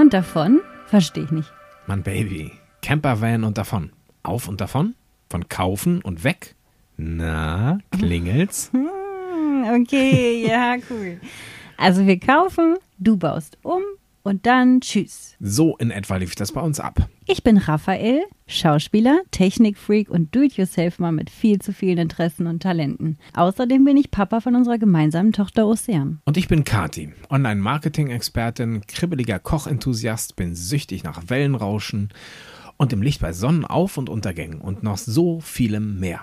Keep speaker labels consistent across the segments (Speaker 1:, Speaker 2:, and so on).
Speaker 1: und davon? Verstehe ich nicht.
Speaker 2: Mann, Baby. Campervan und davon. Auf und davon? Von kaufen und weg? Na, klingelt's?
Speaker 1: Hm, Okay, ja, cool. Also wir kaufen, du baust um und dann tschüss.
Speaker 2: So in etwa lief das bei uns ab.
Speaker 1: Ich bin Raphael, Schauspieler, Technikfreak und Do-it-yourself-Mann mit viel zu vielen Interessen und Talenten. Außerdem bin ich Papa von unserer gemeinsamen Tochter Ocean.
Speaker 2: Und ich bin Kati, Online-Marketing-Expertin, kribbeliger Kochenthusiast, bin süchtig nach Wellenrauschen und im Licht bei Sonnenauf- und Untergängen und noch so vielem mehr.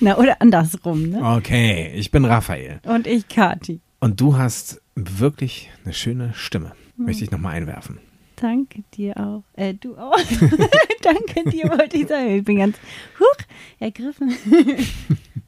Speaker 1: Na, oder andersrum, ne?
Speaker 2: Okay, ich bin Raphael.
Speaker 1: Und ich Kati.
Speaker 2: Und du hast wirklich eine schöne Stimme. Möchte ich nochmal einwerfen.
Speaker 1: Danke dir auch. Äh, du auch. Danke dir, wollte ich sagen. Ich bin ganz huch, ergriffen.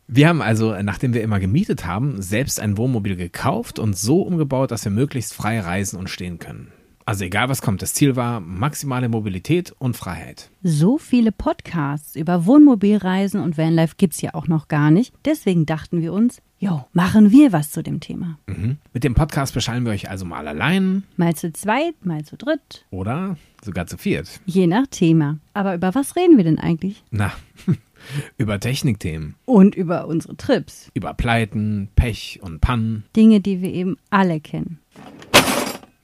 Speaker 2: Wir haben also, nachdem wir immer gemietet haben, selbst ein Wohnmobil gekauft und so umgebaut, dass wir möglichst frei reisen und stehen können. Also egal was kommt, das Ziel war maximale Mobilität und Freiheit.
Speaker 1: So viele Podcasts über Wohnmobilreisen und Vanlife gibt es ja auch noch gar nicht. Deswegen dachten wir uns, jo, machen wir was zu dem Thema.
Speaker 2: Mhm. Mit dem Podcast beschallen wir euch also mal allein
Speaker 1: Mal zu zweit, mal zu dritt,
Speaker 2: oder sogar zu viert.
Speaker 1: je nach Thema. Aber über was reden wir denn eigentlich?
Speaker 2: Na, über Technikthemen,
Speaker 1: Und über unsere Trips.
Speaker 2: über Pleiten, Pech und Pannen.
Speaker 1: Dinge, die wir eben alle kennen.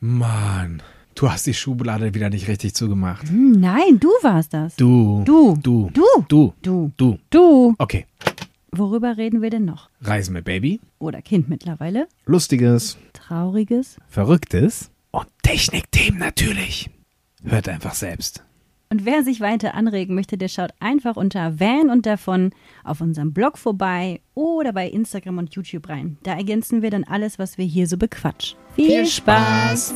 Speaker 2: Mann, Mhm. du hast die Schublade wieder nicht richtig zugemacht.
Speaker 1: Hm, Nein, du warst das.
Speaker 2: Du.
Speaker 1: Du.
Speaker 2: Du.
Speaker 1: Du.
Speaker 2: Du.
Speaker 1: Du.
Speaker 2: Du.
Speaker 1: Du.
Speaker 2: Okay.
Speaker 1: Worüber reden wir denn noch?
Speaker 2: Reisen mit Baby,
Speaker 1: Oder Kind mittlerweile?
Speaker 2: Lustiges,
Speaker 1: Trauriges?
Speaker 2: Verrücktes und Technikthemen natürlich. Hört einfach selbst.
Speaker 1: Und wer sich weiter anregen möchte, der schaut einfach unter Van und davon auf unserem Blog vorbei oder bei Instagram und YouTube rein. Da ergänzen wir dann alles, was wir hier so bequatschen. Viel, Spaß.